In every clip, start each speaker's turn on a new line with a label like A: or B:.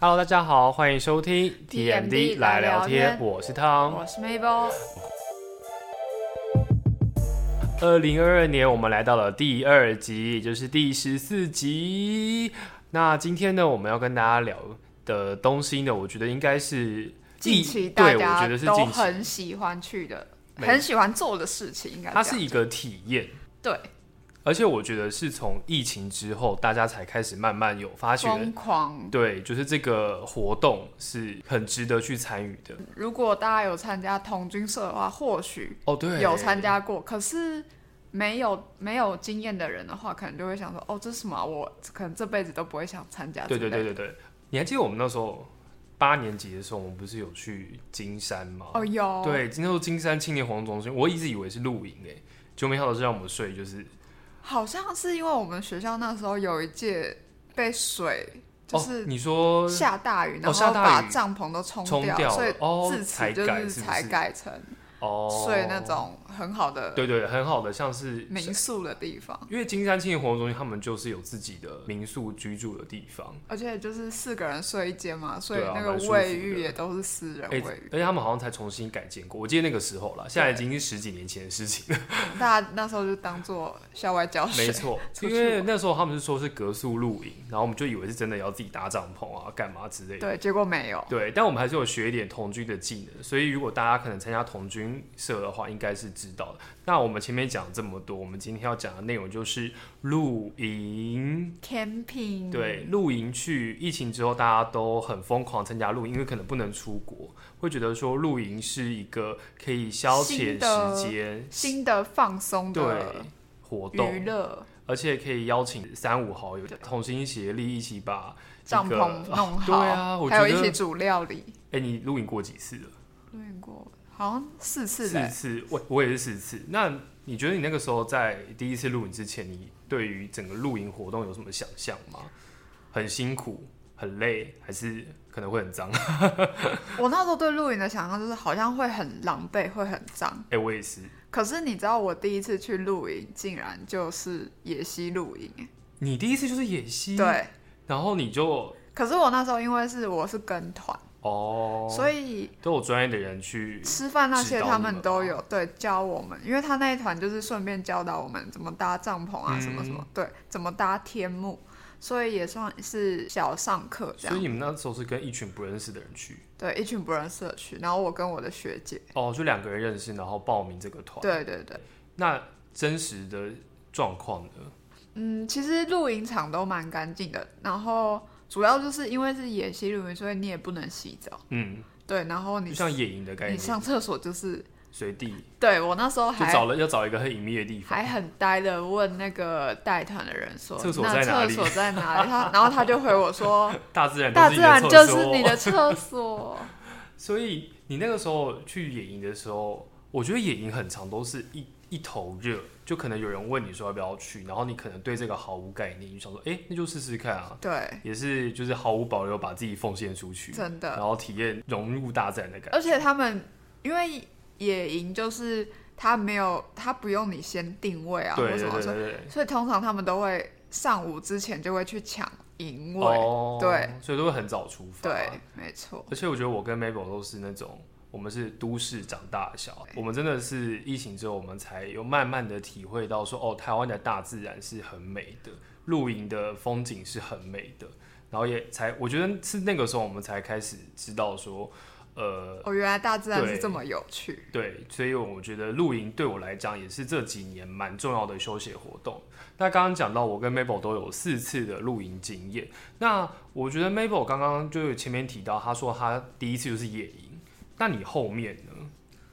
A: Hello，大家好，欢迎收听
B: TMD
A: 来聊
B: 来聊天
A: 我是汤。
B: 我是 Mabel，
A: 二零二二年我们来到了第二集，也就是第十四集。那今天呢，我们要跟大家聊的东西呢，我觉得应该是
B: 近
A: 疫
B: 期大
A: 对，我
B: 家
A: 觉得是
B: 都
A: 近期，
B: 很喜欢去的，
A: 没
B: 很喜欢做的事情，应该
A: 它
B: 这
A: 是
B: 样
A: 一个体验。
B: 对
A: 而且我觉得是从疫情之后，大家才开始慢慢有发觉，
B: 疯狂。
A: 对，就是这个活动是很值得去参与的。
B: 如果大家有参加童军社的话，或许
A: 哦，对，
B: 有参加过，可是没有没有经验的人的话，可能就会想说，哦，这是什么啊？我可能这辈子都不会想参加之
A: 对
B: 类的。
A: 对对对对，你还记得我们那时候八年级的时候，我们不是有去金山吗？
B: 哦，有
A: 对，那时候金山青年活动中心，我一直以为是露营欸诶，就没想到是让我们睡，就是
B: 好像是因为我们学校那时候有一届被水，就
A: 哦
B: 是、
A: 你说
B: 下大雨，
A: 哦
B: 然
A: 下
B: 后
A: 大
B: 把
A: 雨
B: 帐篷都冲
A: 冲
B: 掉，
A: 掉了
B: 所以
A: 哦
B: 自
A: 才
B: 此就
A: 改
B: 是
A: 是不
B: 才
A: 是
B: 改成
A: 哦，
B: 睡那种很好的
A: 对对，很好的，像是
B: 民宿的地方，
A: 因为金山青年活动中心，他们就是有自己的民宿居住的地方，
B: 而且就是四个人睡一间嘛，所以
A: 对啊
B: 那
A: 蛮
B: 个
A: 舒服
B: 卫浴
A: 的
B: 也都是私人
A: 哎、
B: 卫浴。
A: 而且他们好像才重新改建过，我记得那个时候了，现在已经是十几年前的事情了。
B: 大家那时候就当做校外教
A: 没
B: 学，
A: 错，
B: 哦 出
A: 因
B: 去
A: 为
B: 玩
A: 那时候他们是说是隔宿露营，然后我们就以为是真的要自己搭帐篷啊、干嘛之类的。
B: 对，结果没有。
A: 对，但我们还是有学一点童军的技能，所以如果大家可能参加童军社的话，应该是知道的。那我们前面讲这么多，我们今天要讲的内容就是露营。
B: camping，
A: 对，露营去疫情之后，大家都很疯狂参加露营，因为可能不能出国，会觉得说露营是一个可以消遣
B: 新的
A: 时间、
B: 新的放松
A: 对
B: 的
A: 活动
B: 娱。乐
A: 而且可以邀请三五好友同心协力，一起把一
B: 帐
A: 个
B: 篷弄
A: 对
B: 好，
A: 啊，我
B: 还
A: 觉
B: 有
A: 得
B: 一起煮料理，
A: 哎、你露营过几次了？
B: 露营过好像四次欸
A: 四
B: 嘞，
A: 次，我我也是四次。那你觉得你那个时候在第一次露营之前，你对于整个露营活动有什么想象吗？很辛苦，很累，还是可能会很脏？ 哎、
B: 我那时候对露营的想象就是好像会很狼狈，会很脏。
A: 哎我也是。
B: 可是你知道，我第一次去露营，竟然就是野溪露营。
A: 你第一次就是演戏，，
B: 对，
A: 然后你就
B: 可是我那时候因为是我是跟团，
A: 哦，
B: 所以
A: 都有专业的人去，
B: 吃饭那些
A: 指导
B: 他
A: 你们
B: 们都有对教我们，因为他那一团就是顺便教导我们怎么搭帐篷啊，
A: 嗯
B: 什么什么，对，怎么搭天幕，所以也算是小上课这
A: 所以
B: 样。
A: 你们那时候是跟一群不认识的人去，
B: 对，一群不认识的去，然后我跟我的学姐，
A: 哦，就两个人认识，然后报名这个团，
B: 对对对，
A: 那真实的状况呢？
B: 嗯，其实露营场都蛮干净的，然后主要就是因为是野溪露营，所以你也不能洗澡，
A: 嗯，
B: 对，然后
A: 就
B: 你
A: 像野营的概
B: 你上
A: 念，
B: 厕所就是，
A: 随地
B: 对我那时候
A: 就
B: 还
A: 找了要找一个很隐秘的地方，
B: 还很呆的问那个带团的人说：“
A: 厕所
B: 那
A: 在哪
B: 厕
A: 里
B: 所在哪里？”他 然后他就回 我说
A: 大自：“然都
B: 大
A: 是
B: 自
A: 你的
B: 然
A: 厕
B: 就是
A: 所
B: 你的厕所。
A: 所以你那个时候去野营的时候，我觉得野营很长都是一一头热，就可能有人问你说要不要去，然后你可能对这个毫无概念，你就想说，哎、那就试试看啊”，
B: 对，
A: 也是就是毫无保留把自己奉献出去，
B: 真
A: 然
B: 的。
A: 后体验融入大自然的感觉。
B: 而且他们因为野营就是他没有他不用你先定位啊，或
A: 对
B: 什
A: 对
B: 么
A: 对
B: 所
A: 对
B: 以
A: 对。
B: 所以通常他们都会上午之前就会去抢营位。
A: 哦，
B: 对，
A: 所以都会很早出发。
B: 对，没错。
A: 而且我觉得我跟 Mabel 都是那种，我们是都市长大的小孩，我们真的是疫情之后，我们才有慢慢的体会到说，哦，台湾的大自然是很美的，露营的风景是很美的，然后也才我觉得是那个时候我们才开始知道说，呃，
B: 哦，原来大自然
A: 对
B: 是这么有趣。
A: 对，所以我觉得露营对我来讲也是这几年蛮重要的休闲活动。那刚刚讲到我跟 Mabel 都有四次的露营经验，那我觉得 Mabel 刚刚就前面提到，她说她第一次就是野营，那你后面呢？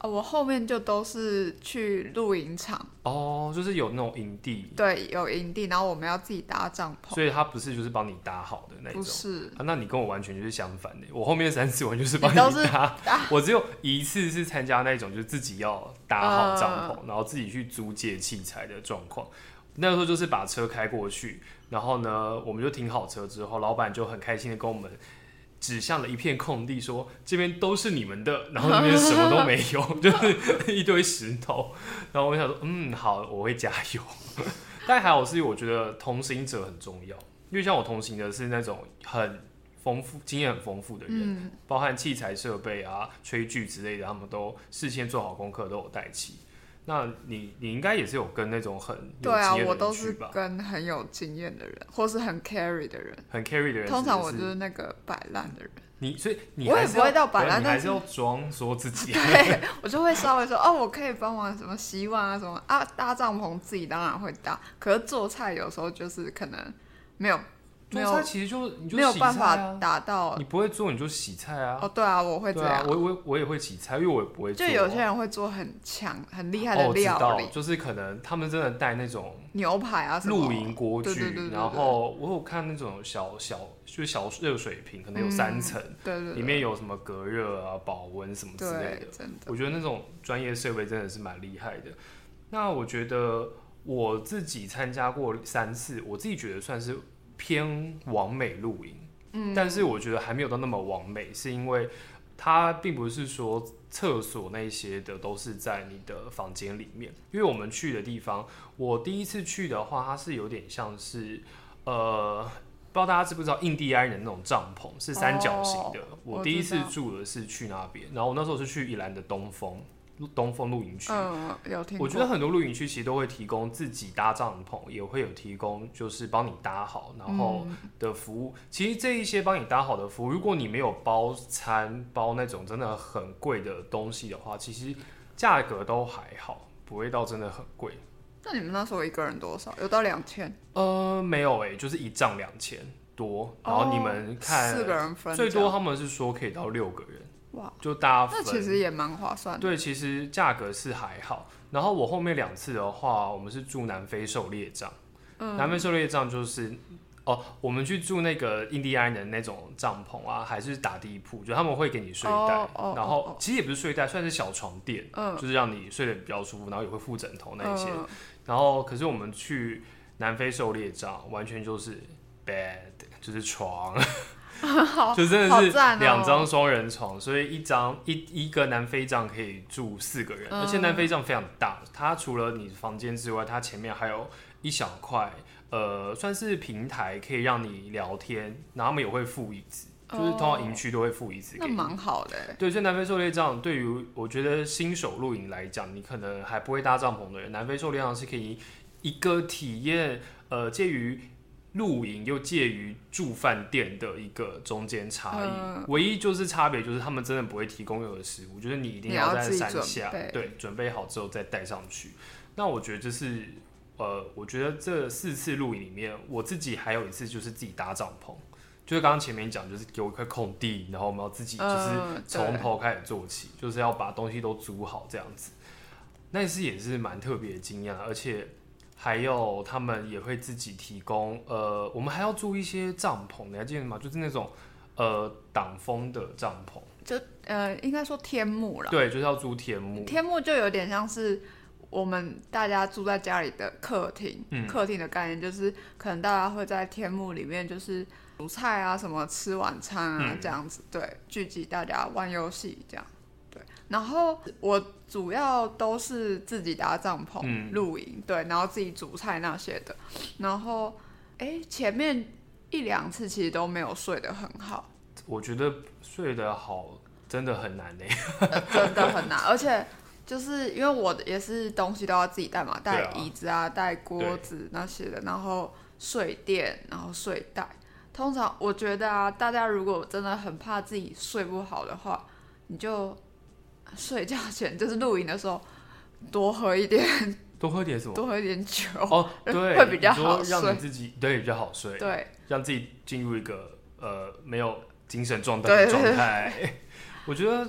B: 哦，我后面就都是去露营场，
A: 哦，就是有那种营地，
B: 对，有营地，然后我们要自己搭帐篷。
A: 所以他不是就是帮你搭好的那
B: 不
A: 种。
B: 是，
A: 啊，那你跟我完全就是相反的。我后面三次完全是帮
B: 你都是
A: 搭，我只有一次是参加那种就是自己要搭
B: 嗯
A: 好帐篷，然后自己去租借器材的状况。那时候就是把车开过去，然后呢，我们就停好车之后，老板就很开心的跟我们指向了一片空地，说这边都是你们的，然后那边什么都没有， 就是一堆石头。然后我想说，嗯，好，我会加油。 但还好是我觉得同行者很重要，因为像我同行的是那种很丰富、经验很丰富的人，
B: 嗯，
A: 包含器材设备啊、炊具之类的，他们都事先做好功课，都有带齐。那你你应该也是有跟那种很有
B: 对啊，
A: 经验
B: 我
A: 的人
B: 都
A: 去
B: 是
A: 吧？
B: 跟很有经验的人，或是很 carry 的人。
A: 很 carry 的人，
B: 通常我
A: 是
B: 就
A: 不是
B: 是那个摆烂 的人，
A: 你，所以你
B: 我
A: 还
B: 也
A: 是
B: 不会
A: 要
B: 到摆
A: 对啊
B: 烂
A: 你
B: 但
A: 还是
B: 是
A: 要装说自 己啊
B: 对我就会稍微说哦，我可以帮忙什么洗碗啊什么啊，搭帐篷自己当然会搭，可是做菜有时候就是可能没有没
A: 做
B: 有
A: 菜其实就你就
B: 没有
A: 洗
B: 办
A: 菜
B: 法哦
A: 啊，
B: 达到
A: 你不会做你就洗菜啊。
B: 哦，对啊，我会这
A: 对啊
B: 样，，
A: 我我我也会洗菜，因为我也不会做
B: 就
A: 啊、
B: 有些人会做很强很厉害
A: 哦
B: 的
A: 我知
B: 料
A: 道
B: 理，，
A: 就是可能他们真的带那种
B: 牛排啊什么
A: 露营锅具，
B: 对对对对对
A: 然后我有看那种小小就是小热水瓶，可能有三层，
B: 嗯对对对，
A: 里面有什么隔热啊、保温什么之类的
B: 对。真的
A: 我觉得那种专业设备真的是蛮厉害的。那我觉得我自己参加过三次，我自己觉得算是偏完美露营，嗯，但是我觉得还没有到那么完美，是因为它并不是说厕所那些的都是在你的房间里面，因为我们去的地方，我第一次去的话，它是有点像是呃。不知道大家知不知道印第安人那种帐篷是三角形的。
B: 哦
A: 我
B: 我
A: 第一
B: 知
A: 次
B: 道
A: 住的是去那边，然后我那时候是去宜兰的东峰，东峰露营区。
B: 嗯有听过，
A: 我觉得很多露营区其实都会提供自己搭帐篷，也会有提供就是帮你搭好，然后
B: 嗯
A: 的服务。其实这一些帮你搭好的服务，如果你没有包餐包那种真的很贵的东西的话，其实价格都还好，不会到真的很贵。
B: 那你们那时候一个人多少？有到两千，
A: 呃，没有诶、就是一丈两千多，然后你们看、
B: 哦四个人分
A: 最
B: 这
A: 多
B: 样
A: 他们是说可以到六个人，
B: 哇，
A: 就大家分。
B: 那其实也蛮划算的。
A: 对，其实价格是还好。然后我后面两次的话，我们是住南非狩猎帐，
B: 嗯
A: 南非狩猎帐就是哦，我们去住那个印第安人那种帐篷啊，还是打地铺，就他们会给你睡袋，
B: 哦哦
A: 然
B: 哦
A: 后
B: 哦
A: 其实也不是睡袋，算是小床垫，
B: 嗯
A: 就是让你睡得比较舒服，然后也会附枕头那一些。
B: 嗯
A: 然后可是我们去南非狩猎帐，完全就是 bed，就是床，
B: 嗯 好，
A: 就真的
B: 好
A: 是
B: 赞哦
A: 两张双人床，所以一张一一个南非帐可以住四个人，
B: 嗯
A: 而且南非帐非常大，它除了你房间之外，它前面还有一小块，呃，算是平台可以让你聊天，然后他们也会附椅子，就是通常营区都会附椅子
B: 那
A: 给你。
B: 蛮好的欸。
A: 对，所以南非狩猎帐对于我觉得新手露营来讲，你可能还不会搭帐篷的人，南非狩猎帐是可以一个体验，呃，介于露营又介于住饭店的一个中间差异。
B: 嗯
A: 唯一就是差别就是他们真的不会提供任何食物，就是你一定
B: 你要
A: 在
B: 自己
A: 山
B: 准
A: 下
B: 备
A: 对准备好之后再带上去。那我觉得这是。呃，我觉得这四次露营里面，我自己还有一次就是自己搭帐篷，就是刚刚前面讲，就是有一块空地，然后我们要自己就是
B: 嗯，
A: 从
B: 对
A: 头开始做起，就是要把东西都租好这样子。那一次也是蛮特别的经验啊，而且还有他们也会自己提供，呃，我们还要租一些帐篷，你还记得吗？就是那种呃挡风的帐篷，
B: 就呃，应该说天幕啦。
A: 对，就是要租天幕，
B: 天幕就有点像是我们大家住在家里的客厅，
A: 嗯
B: 客厅的概念就是可能大家会在天幕里面就是煮菜啊，什么吃晚餐啊、
A: 嗯
B: 这样子，对，聚集大家玩游戏这样。对，然后我主要都是自己搭帐篷、
A: 嗯
B: 露营，对，然后自己煮菜那些的。然后，哎，前面一两次其实都没有睡得很好，
A: 我觉得睡得好真的很难呢、欸
B: 真的很难，而且就是因为我的也是东西都要自己带嘛，
A: 对
B: 带
A: 啊
B: 椅子啊，带锅子那些的，然后睡垫，然后睡袋。通常我觉得啊，大家如果真的很怕自己睡不好的话，你就 睡觉前就是露营的时候多喝一点，
A: 多喝点什么？
B: 多喝一点酒，
A: 哦，对，
B: 会比较
A: 你说
B: 好
A: 让
B: 睡
A: 你自己对比较好睡，
B: 对，
A: 让自己进入一个呃没有精神状态的
B: 对
A: 状态。 我觉得，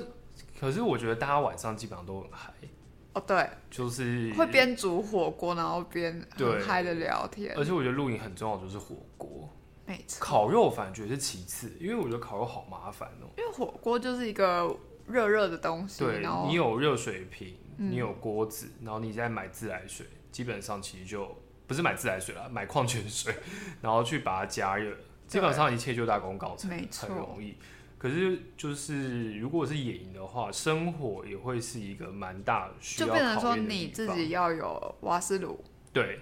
A: 可是我觉得大家晚上基本上都很嗨，
B: 哦对，
A: 就是
B: 会。边煮火锅，然后边
A: 嗯对
B: 很嗨的聊天
A: 而，且我觉得露营很重要的就是火锅，
B: 没错。
A: 烤肉反而觉得是其次，因为我觉得烤肉好麻烦哦、
B: 因为火锅就是一个热热的东西，
A: 对
B: 然后嗯
A: 你有热水瓶，你有锅子，然后你再买自来水，基本上其实就不是买自来水啦，买矿泉水， 然后去把它加热，基本上一切就大功告成，
B: 没
A: 很
B: 错
A: 容易。可是就是如果是野营的话，生火也会是一个蛮大需要
B: 就变成
A: 考
B: 说
A: 验的
B: 你
A: 地
B: 自
A: 方。
B: 己要有瓦斯炉，
A: 对，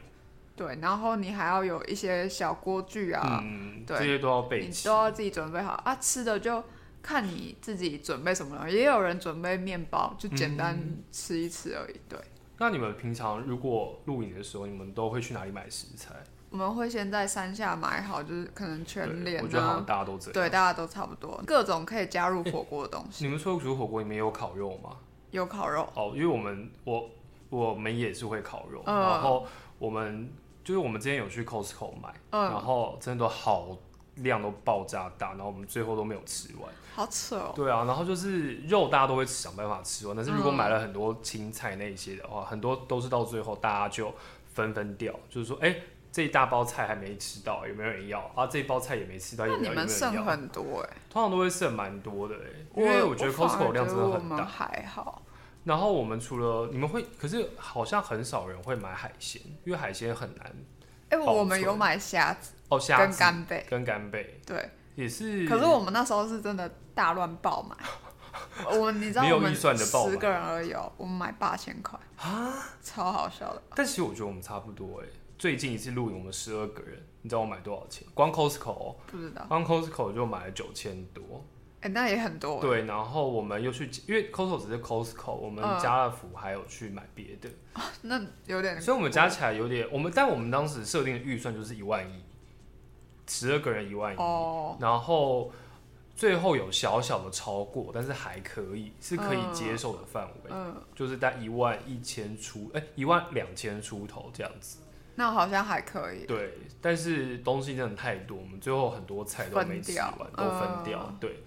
B: 对，然后你还要有一些小锅具啊，
A: 嗯，
B: 对
A: 这些都要备
B: 你
A: 齐
B: 都。要自己准备好啊。吃的就看你自己准备什么了，也有人准备面包，就简单
A: 嗯
B: 吃一吃而已。对，
A: 那你们平常如果露营的时候，你们都会去哪里买食材？
B: 我们会先在山下买好，就是可能全
A: 对，
B: 脸
A: 我觉得好
B: 啊
A: 像，大家都这样。
B: 对，大家都差不多，各种可以加入火锅的东西，
A: 你们说煮火锅，你们有烤肉吗？
B: 有烤肉，
A: 哦，因为我们我我们也是会烤肉，
B: 嗯
A: 然后我们就是我们之前有去 Costco 买，然
B: 嗯，
A: 后真的都好量都爆炸大，然后我们最后都没有吃完。
B: 好扯 哦，
A: 对啊，然后就是肉大家都会想办法吃完，但是如果
B: 嗯
A: 买了很多青菜那一些的话，很多都是到最后大家就纷纷掉，就是说，哎、这一大包菜还没吃到，有没有人要啊？这一包菜也没吃到，有
B: 那
A: 没
B: 你
A: 有有没有
B: 们
A: 人
B: 剩
A: 要？
B: 很多哎、
A: 通常都会剩蛮多的、哎，因为
B: 我
A: 觉得
B: 反而
A: Costco 量真的
B: 我
A: 很
B: 们
A: 大。
B: 还好，
A: 然后我们除了你们会，可是好像很少人会买海鲜，因为海鲜很难
B: 哎、
A: 保
B: 我们
A: 存
B: 有买虾子
A: 哦，欸虾
B: 跟
A: 子
B: 干贝，
A: 跟干贝
B: 对，
A: 也是。
B: 可是我们那时候是真的大乱爆 买，我们你知道
A: 没有
B: 我们
A: 预算的爆买
B: 十个人而已哦，我们买八千块啊，超好笑的，
A: 但其实我觉得我们差不多哎、最近一次露营我们十二个人，你知道我买多少钱？光 Costco，哦、
B: 不知道，
A: 光 Costco 就买了九千多。
B: 哎、那也很多，，
A: 对，然后我们又去，因为 Costco 只是 Costco，我们
B: 嗯
A: 家乐福还有去买别的，
B: 那有点
A: 所以我们加起来有点，我们但我们当时设定的预算就是一万一，十二个人一万一，
B: 哦，
A: 然后最后有小小的超过，但是还可以，是可以接受的范围，
B: 嗯，
A: 就是在一万一千出，哎、一万两千出头这样子。
B: 那好像还 可以，
A: 对，但是东西真的太多，我们最后很多菜都没吃完，
B: 分掉
A: 都分掉。
B: 嗯
A: 对，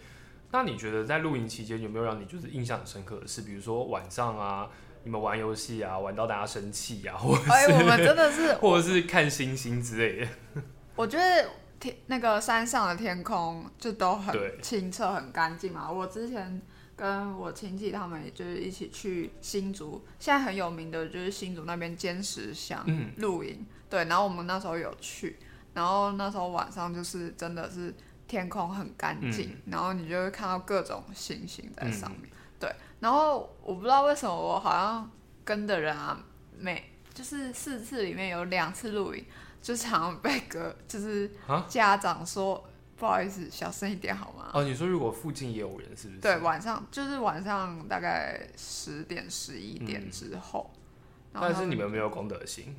A: 那你觉得在露营期间有没有让你就是印象很深刻的事？比如说晚上啊，你们玩游戏啊，玩到大家生气啊，或者
B: 哎、
A: 是、，
B: 我们真的是
A: 或者是看星星之类的。
B: 我觉得天那个山上的天空就都
A: 对
B: 很清澈、很干净嘛。我之前跟我亲戚他们也就是一起去新竹，现在很有名的就是新竹那边尖石乡
A: 嗯
B: 露营，对。然后我们那时候有去，然后那时候晚上就是真的是天空很干
A: 嗯
B: 净，然后你就会看到各种星星在上面，对。然后我不知道为什么我好像跟的人啊，每就是四次里面有两次露营。就常被隔，就是
A: 啊
B: 家长说不好意思，小声一点好吗？
A: 哦，你说如果附近也有人，是不是？
B: 对，晚上就是晚上大概十点十一点
A: 嗯
B: 之后，然后
A: 但
B: 他
A: 是你们没有公德 心，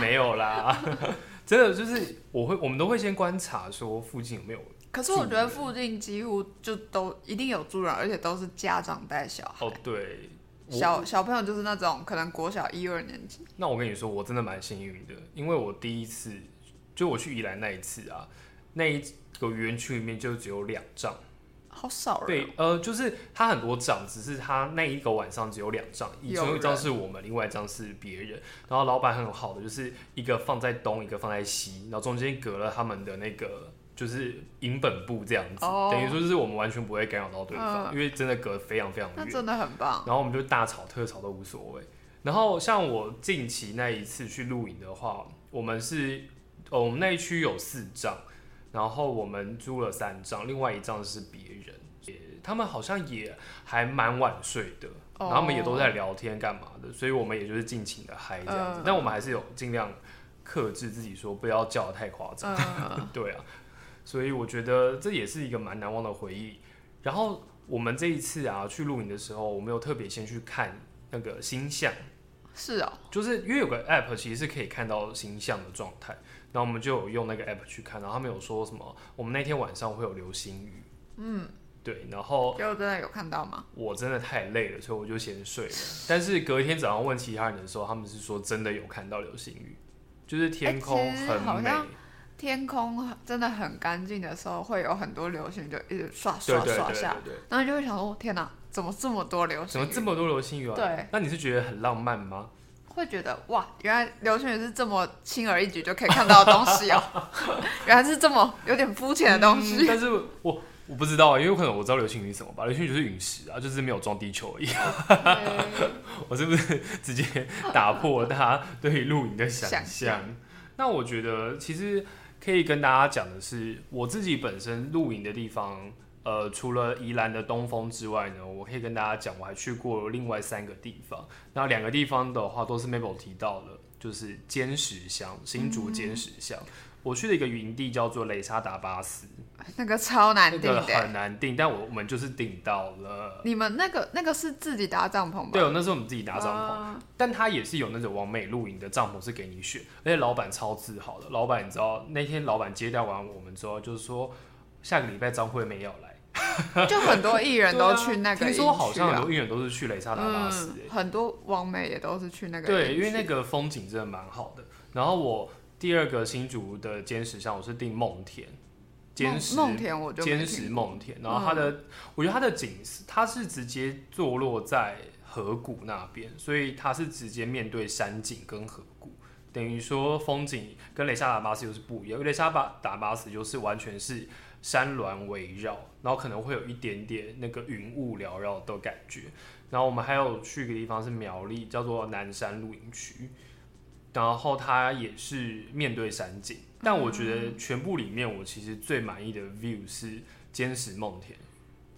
A: 没有啦，真的就是我会，我们都会先观察说附近有没有
B: 可是我觉得附近几乎就都一定有住人，而且都是家长带小孩，
A: 哦，对，我
B: 小小朋友就是那种可能国小一二年级，
A: 那我跟你说，我真的蛮幸运的，因为我第一次就我去宜兰那一次啊，那一个园区里面就只有两帐，
B: 好少人哦
A: 对，呃，就是它很多帐，只是它那一个晚上只有两帐，其
B: 有
A: 中一
B: 人
A: 张是我们，另外一张是别人。然后老板很好的，就是一个放在东，一个放在西，然后中间隔了他们的那个就是营本部这样子，
B: 哦
A: 等于说就是我们完全不会干扰到对方，
B: 嗯
A: 因为真的隔非常非常
B: 那
A: 远。
B: 真的很 棒。
A: 然后我们就大吵特吵都无所谓。然后像我近期那一次去露营的话，我们是，呃，我们那一区有四帐，然后我们租了三帐，另外一帐是别人，也他们好像也还蛮晚睡的，然后他们也都在聊天干嘛的，所以我们也就是尽情的嗨这样子。
B: 嗯
A: 但我们还是有尽量克制自己，说不要叫的太夸张。
B: 嗯，
A: 对啊，所以我觉得这也是一个蛮难忘的回忆。然后我们这一次啊去露营的时候，我们有特别先去看那个星象，
B: 是哦，
A: 就是因为有个 app 其实是可以看到星象的状态，然后我们就有用那个 app 去看，然后他们有说什么，我们那天晚上会有流星雨，嗯，对，然后。
B: 结果真的有看到吗？
A: 我真的太累了，所以我就先睡了。但是隔一天早上问其他人的时候，他们是说真的有看到流星雨，就是天空
B: 哎其实好
A: 很美，
B: 像天空真的很干净的时候，会有很多流星就一直刷
A: 对
B: 刷
A: 对对
B: 刷
A: 对
B: 下来
A: 对。
B: 然后你就会想说，天哪，怎么这么多流
A: 怎
B: 星雨？
A: 么这么多流星雨啊？
B: 对，
A: 那你是觉得很浪漫吗？
B: 会觉得哇，原来流星雨是这么轻而易举就可以看到的东西 哦，原来是这么有点肤浅的东
A: 嗯
B: 西。
A: 但是我我不知道啊，因为可能我知道流星雨是什么吧，流星雨就是陨石啊，就是没有撞地球而已。我是不是直接打破大家对于露营的想
B: 想
A: 象
B: 象？
A: 那我觉得其实可以跟大家讲的是，我自己本身露营的地方，呃，除了宜兰的东峰之外呢，我可以跟大家讲，我还去过另外三个地方。那两个地方的话，都是 Mabel 提到的，就是坚石乡，新竹坚石乡。我去了一个营地叫做雷沙达巴斯，
B: 那个超难
A: 那
B: 定
A: 个
B: 的欸。
A: 很难订，但我我们就是订到了。
B: 你们那个那个是自己搭帐篷吗？
A: 对，那时候我们自己搭帐篷，
B: 啊
A: 但它也是有那种完美露营的帐篷是给你选，而且老板超自豪的。老板你知道那天老板接待完我们之后，就是说下个礼拜张惠妹要来，
B: 就很多艺人
A: 对
B: 都
A: 啊
B: 去那个
A: 听
B: 营区
A: 说好像很
B: 啊
A: 多，艺人都是去雷沙达巴斯、欸
B: 嗯，很多网美也都是去那个
A: 对，
B: 营
A: 因为
B: 区
A: 那个风景真的蛮好的。然后我第二个新竹的坚石像我是订梦田，坚
B: 梦
A: 石
B: 梦田我就没
A: 坚
B: 听
A: 石
B: 过嗯
A: 梦田，然后它的、我觉得它的景色，它是直接坐落在河谷那边，所以它是直接面对山景跟河谷。等于说风景跟雷沙达巴斯又是不一样，因为雷沙巴达巴斯就是完全是山峦围绕，然后可能会有一点点那个云雾缭绕的感觉。然后我们还有去一个地方是苗栗，叫做南山露营区，然后它也是面对山景，但我觉得全部里面我其实最满意的 view 是坚石梦田，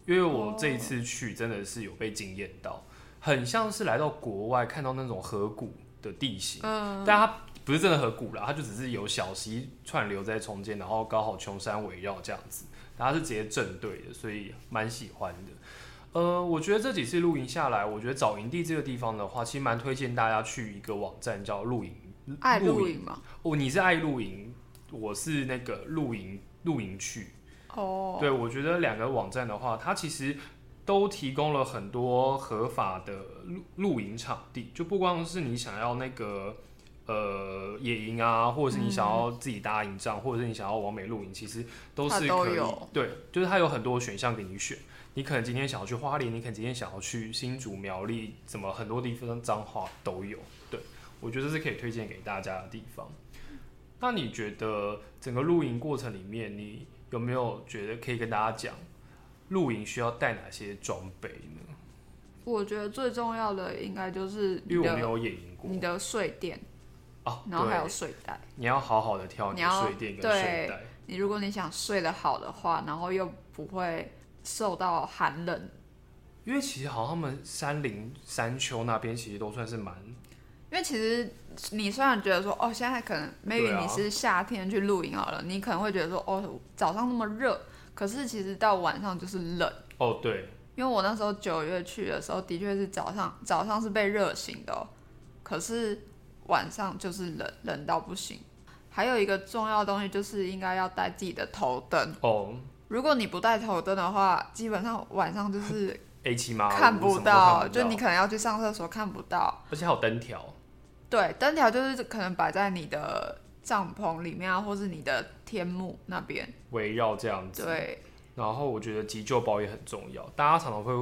A: 因为我这一次去真的是有被惊艳到，很像是来到国外看到那种河谷的地形，
B: 嗯，
A: 但它不是真的河谷啦，它就只是有小溪串流在中间，然后刚好穷山围绕这样子，然后它是直接正对的，所以蛮喜欢的。呃，我觉得这几次露营下来，我觉得找营地这个地方的话，其实蛮推荐大家去一个网站叫露营。
B: 爱露营嘛。
A: 哦，你是爱露营，我是那个露营露营区。
B: 哦，
A: 对，我觉得两个网站的话，它其实都提供了很多合法的露露营场地，就不光是你想要那个呃野营啊，或者是你想要自己搭营帐，或者是你想要完美露营，其实都
B: 它
A: 是
B: 都
A: 可以
B: 有。
A: 对，就是它有很多选项给你选。你可能今天想要去花莲，你可能今天想要去新竹、苗栗，怎么很多地方彰化都有。对，我觉得这是可以推荐给大家的地方。那你觉得整个露营过程里面，你有没有觉得可以跟大家讲，露营需要带哪些装备呢？
B: 我觉得最重要的应该就是你
A: 因为我没
B: 的
A: 有野营过
B: 你的睡垫，
A: 啊，
B: 然后还有
A: 对，
B: 睡袋。
A: 你要好好的挑你的
B: 你要
A: 睡垫跟
B: 对
A: 睡袋。
B: 你如果你想睡得好的话，然后又不会受到寒冷，
A: 因为其实好像他们山林山丘那边其实都算是蛮
B: 因为其实你虽然觉得说哦，现在可能 maybe
A: 啊
B: 你是夏天去露营好了，你可能会觉得说哦，早上那么热，可是其实到晚上就是冷。
A: 哦，对，
B: 因为我那时候九月去的时候，的确是早上早上是被热醒的、哦，可是晚上就是冷冷到不行。还有一个重要的东西就是应该要带自己的头灯，
A: 哦
B: 如果你不带头灯的话，基本上晚上就是
A: ，A 七吗？
B: 看
A: 不
B: 不
A: 到，
B: 就你可能要去上厕所看不到。
A: 而且还有灯条，
B: 对，灯条就是可能摆在你的帐篷里面啊，或是你的天幕那边。
A: 围绕这样子。
B: 对，
A: 然后我觉得急救包也很重要，大家常常会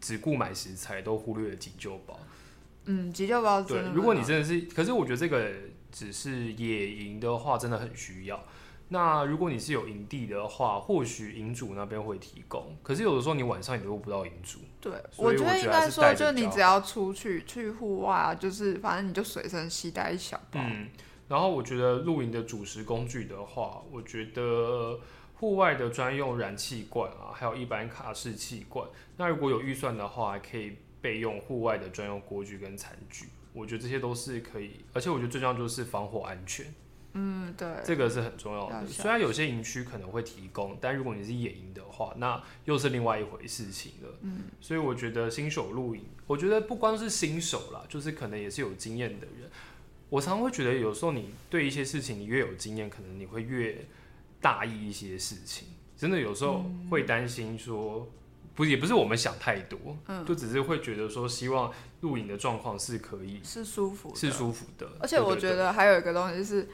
A: 只顾买食材，都忽略了急救包。
B: 嗯，急救包真
A: 对
B: 的，
A: 如果
B: 很
A: 你
B: 好
A: 真的是，可是我觉得这个只是野营的话，真的很需要。那如果你是有营地的话，或许营主那边会提供，可是有的时候你晚上你都不到营主。
B: 对，
A: 所以
B: 觉
A: 我
B: 得
A: 觉
B: 应
A: 得还
B: 该
A: 是
B: 说，
A: 带
B: 就
A: 着比
B: 你
A: 较
B: 只要出去去户外啊，就是反正你就随身携带一小包。
A: 嗯，然后我觉得露营的主食工具的话，我觉得户外的专用燃气罐啊，还有一般卡式气罐。那如果有预算的话，还可以备用户外的专用锅具跟餐具。我觉得这些都是可以，而且我觉得最重要就是防火安全，
B: 嗯，对，
A: 这个是很重要
B: 要
A: 的。
B: 想
A: 虽然有些营区可能会提供，但如果你是野营的话，那又是另外一回事情了。嗯，所以我觉得新手露营，我觉得不光是新手啦，就是可能也是有经验的人。我常常会觉得，有时候你对一些事情你越有经验，可能你会越大意一些事情。真的有时候
B: 嗯
A: 会担心说，不也不是我们想太多，
B: 嗯
A: 就只是会觉得说，希望露营的状况是可以
B: 是舒服的，
A: 是舒服的。
B: 而且我
A: 对对
B: 觉得还有一个东西是，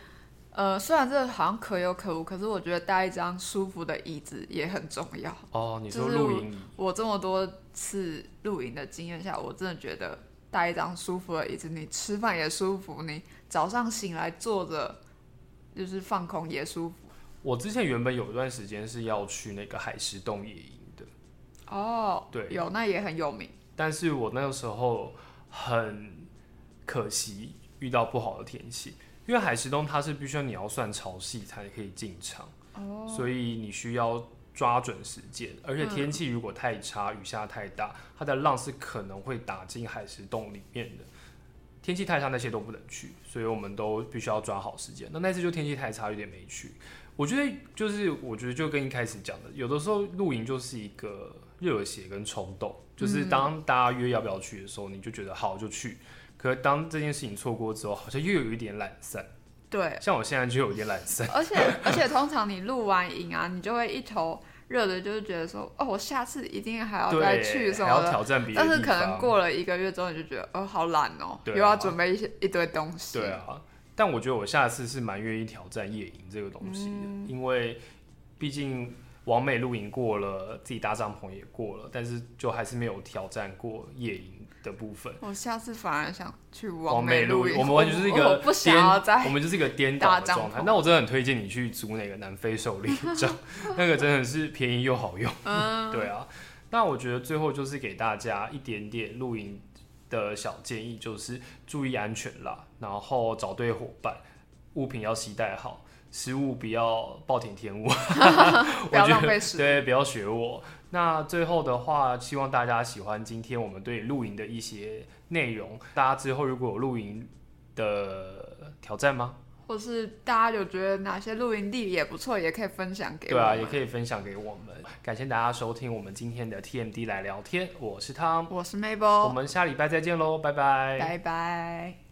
B: 呃，虽然这好像可有可无，可是我觉得带一张舒服的椅子也很重要。
A: 对哦，你说
B: 就是
A: 露营椅
B: 我这么多次露营的经验下，我真的觉得带一张舒服的椅子，你吃饭也舒服，你早上醒来坐着就是放空也舒服。
A: 我之前原本有一段时间是要去那个海石洞野营的，
B: 哦，
A: 对
B: 有那也很有名。
A: 但是我那个时候很可惜遇到不好的天气，因为海石洞它是必须要你要算潮汐才可以进场，
B: 哦，
A: 所以你需要抓准时间，而且天气如果太差，雨下太大，它的浪是可能会打进海石洞里面的。天气太差那些都不能去，所以我们都必须要抓好时间。那那次就天气太差，有点没去。我觉得就是，我觉得就跟一开始讲的，有的时候露营就是一个热血跟冲动，
B: 嗯
A: 就是当大家约要不要去的时候，你就觉得好就去。可是当这件事情错过之后，好像又有一点懒散。
B: 对，
A: 像我现在就有一点懒散。
B: 而且而且通常你录完影啊，你就会一头热的，就是觉得说，哦，我下次一定还要再去
A: 对，
B: 什
A: 还
B: 么
A: 要
B: 的。
A: 挑战别的
B: 但
A: 地
B: 是
A: 方。
B: 可能过了一个月之后，你就觉得，哦，好懒哦，
A: 对啊
B: 又要准备一些一堆东西。
A: 对啊，但我觉得我下次是蛮愿意挑战夜营这个东西的，
B: 嗯
A: 因为毕竟完美露营过了，自己搭帐篷也过了，但是就还是没有挑战过夜营的部分。
B: 我下次反而想去
A: 完
B: 完
A: 美露
B: 露
A: 营，我们完全是一个
B: 我不想要
A: 颠我
B: 再
A: 们就是一个颠倒
B: 搭
A: 的
B: 帐
A: 状态
B: 篷。
A: 那我真的很推荐你去租那个南非狩猎帐， 那个真的是便宜又好用。
B: 嗯
A: 对啊，那我觉得最后就是给大家一点点露营的小建议，就是注意安全啦，然后找对伙伴，物品要携带好。食物不要暴殄天物，
B: 不
A: 我
B: 要
A: 觉
B: 浪
A: 得
B: 费时间。
A: 对，不要学我。那最后的话，希望大家喜欢今天我们对露营的一些内容。大家之后如果有露营的挑战吗？
B: 或是大家有觉得哪些露营地也不错，也可以分享给
A: 对
B: 我们。
A: 啊，也可以分享给我们。感谢大家收听我们今天的 TMD 来聊天，我是汤，
B: 我是
A: 我
B: Mabel，
A: 们下礼拜再见喽，拜拜。
B: 拜拜。